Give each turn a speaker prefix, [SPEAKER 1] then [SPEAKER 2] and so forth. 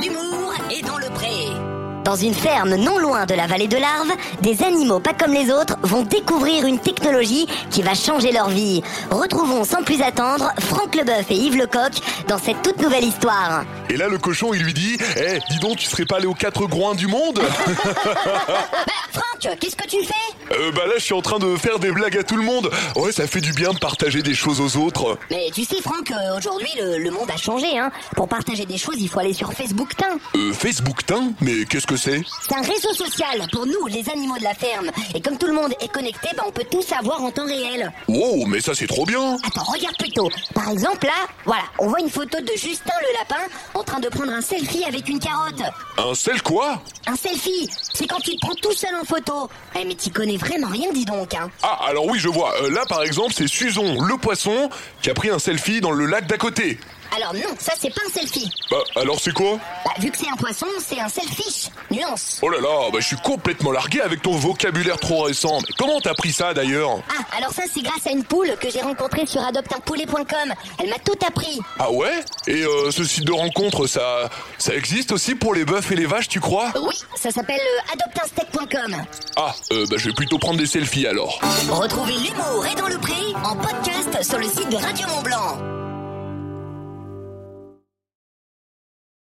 [SPEAKER 1] d'humour et dans le pré.
[SPEAKER 2] Dans une ferme non loin de la vallée de l'Arve, des animaux pas comme les autres vont découvrir une technologie qui va changer leur vie. Retrouvons sans plus attendre Franck Leboeuf et Yves Lecoq dans cette toute nouvelle histoire.
[SPEAKER 3] Et là, le cochon, il lui dit Eh, dis donc, tu serais pas allé aux quatre groins du monde
[SPEAKER 1] Bah, Franck, qu'est-ce que tu fais
[SPEAKER 3] Euh, Bah là, je suis en train de faire des blagues à tout le monde. Ouais, ça fait du bien de partager des choses aux autres.
[SPEAKER 1] Mais tu sais, Franck, euh, aujourd'hui, le, le monde a changé. Hein. Pour partager des choses, il faut aller sur Facebook Tin.
[SPEAKER 3] Euh, Facebook Tin Mais qu'est-ce que c'est
[SPEAKER 1] C'est un réseau social pour nous, les animaux de la ferme. Et comme tout le monde est connecté, bah, on peut tout savoir en temps réel.
[SPEAKER 3] Wow, mais ça, c'est trop bien
[SPEAKER 1] Attends, regarde plutôt. Par exemple, là, voilà, on voit une photo de Justin le lapin en train de prendre un selfie avec une carotte.
[SPEAKER 3] Un sel quoi
[SPEAKER 1] Un selfie, c'est quand tu te prends tout seul en photo. Eh, mais t'y connais vraiment rien, dis donc. Hein.
[SPEAKER 3] Ah, alors oui, je vois. Euh, là, par exemple, c'est Suzon, le poisson, qui a pris un selfie dans le lac d'à côté.
[SPEAKER 1] Alors non, ça c'est pas un selfie.
[SPEAKER 3] Bah, alors c'est quoi
[SPEAKER 1] Bah, vu que c'est un poisson, c'est un selfish. Nuance.
[SPEAKER 3] Oh là là, bah, je suis complètement largué avec ton vocabulaire trop récent. Mais comment t'as pris ça d'ailleurs
[SPEAKER 1] Ah, alors ça c'est grâce à une poule que j'ai rencontrée sur adopteunpoulet.com. Elle m'a tout appris.
[SPEAKER 3] Ah ouais Et euh, ce site de rencontre, ça, ça existe aussi pour les bœufs et les vaches, tu crois
[SPEAKER 1] Oui, ça s'appelle euh, adopteunsteak.com.
[SPEAKER 3] Ah, euh, bah, je vais plutôt prendre des selfies alors.
[SPEAKER 1] Retrouvez l'humour et dans le pré en podcast sur le site de Radio Mont Blanc.